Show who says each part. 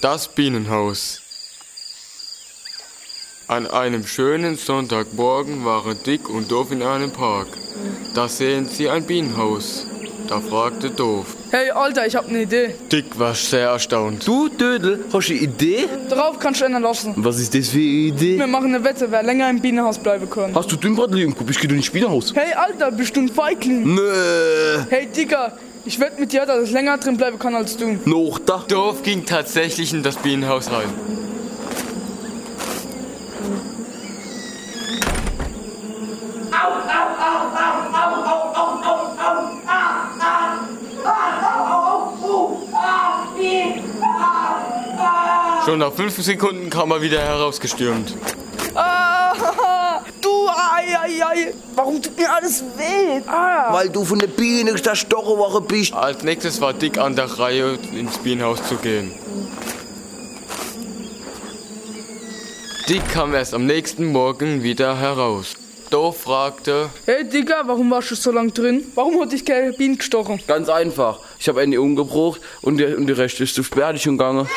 Speaker 1: Das Bienenhaus. An einem schönen Sonntagmorgen waren Dick und Doof in einem Park. Da sehen sie ein Bienenhaus. Da fragte Doof.
Speaker 2: Hey, Alter, ich hab ne Idee.
Speaker 1: Dick war sehr erstaunt.
Speaker 3: Du Dödel, hast du eine Idee?
Speaker 2: Darauf kannst du ändern lassen.
Speaker 3: Was ist das für eine Idee?
Speaker 2: Wir machen eine Wette, wer länger im Bienenhaus bleiben kann.
Speaker 3: Hast du Dünnbratli im Kopf? Ich geh doch nicht Spielerhaus.
Speaker 2: Hey, Alter, bist du ein Feigling?
Speaker 3: Nö,
Speaker 2: Hey, Dicker, ich wette mit dir, dass ich länger drin bleiben kann als du.
Speaker 3: noch da.
Speaker 1: Doof ging tatsächlich in das Bienenhaus rein. Schon nach fünf Sekunden kam er wieder herausgestürmt.
Speaker 2: Ah, du, ei, ei, ei. Warum tut mir alles weh? Ah.
Speaker 3: Weil du von der Biene gestochen worden bist.
Speaker 1: Als nächstes war Dick an der Reihe, ins Bienenhaus zu gehen. Dick kam erst am nächsten Morgen wieder heraus. Doof fragte,
Speaker 2: Hey, Dicker, warum warst du so lang drin? Warum hat dich keine Bienen gestochen?
Speaker 3: Ganz einfach. Ich habe eine umgebracht und der, und der Rest ist zu spärlich gegangen.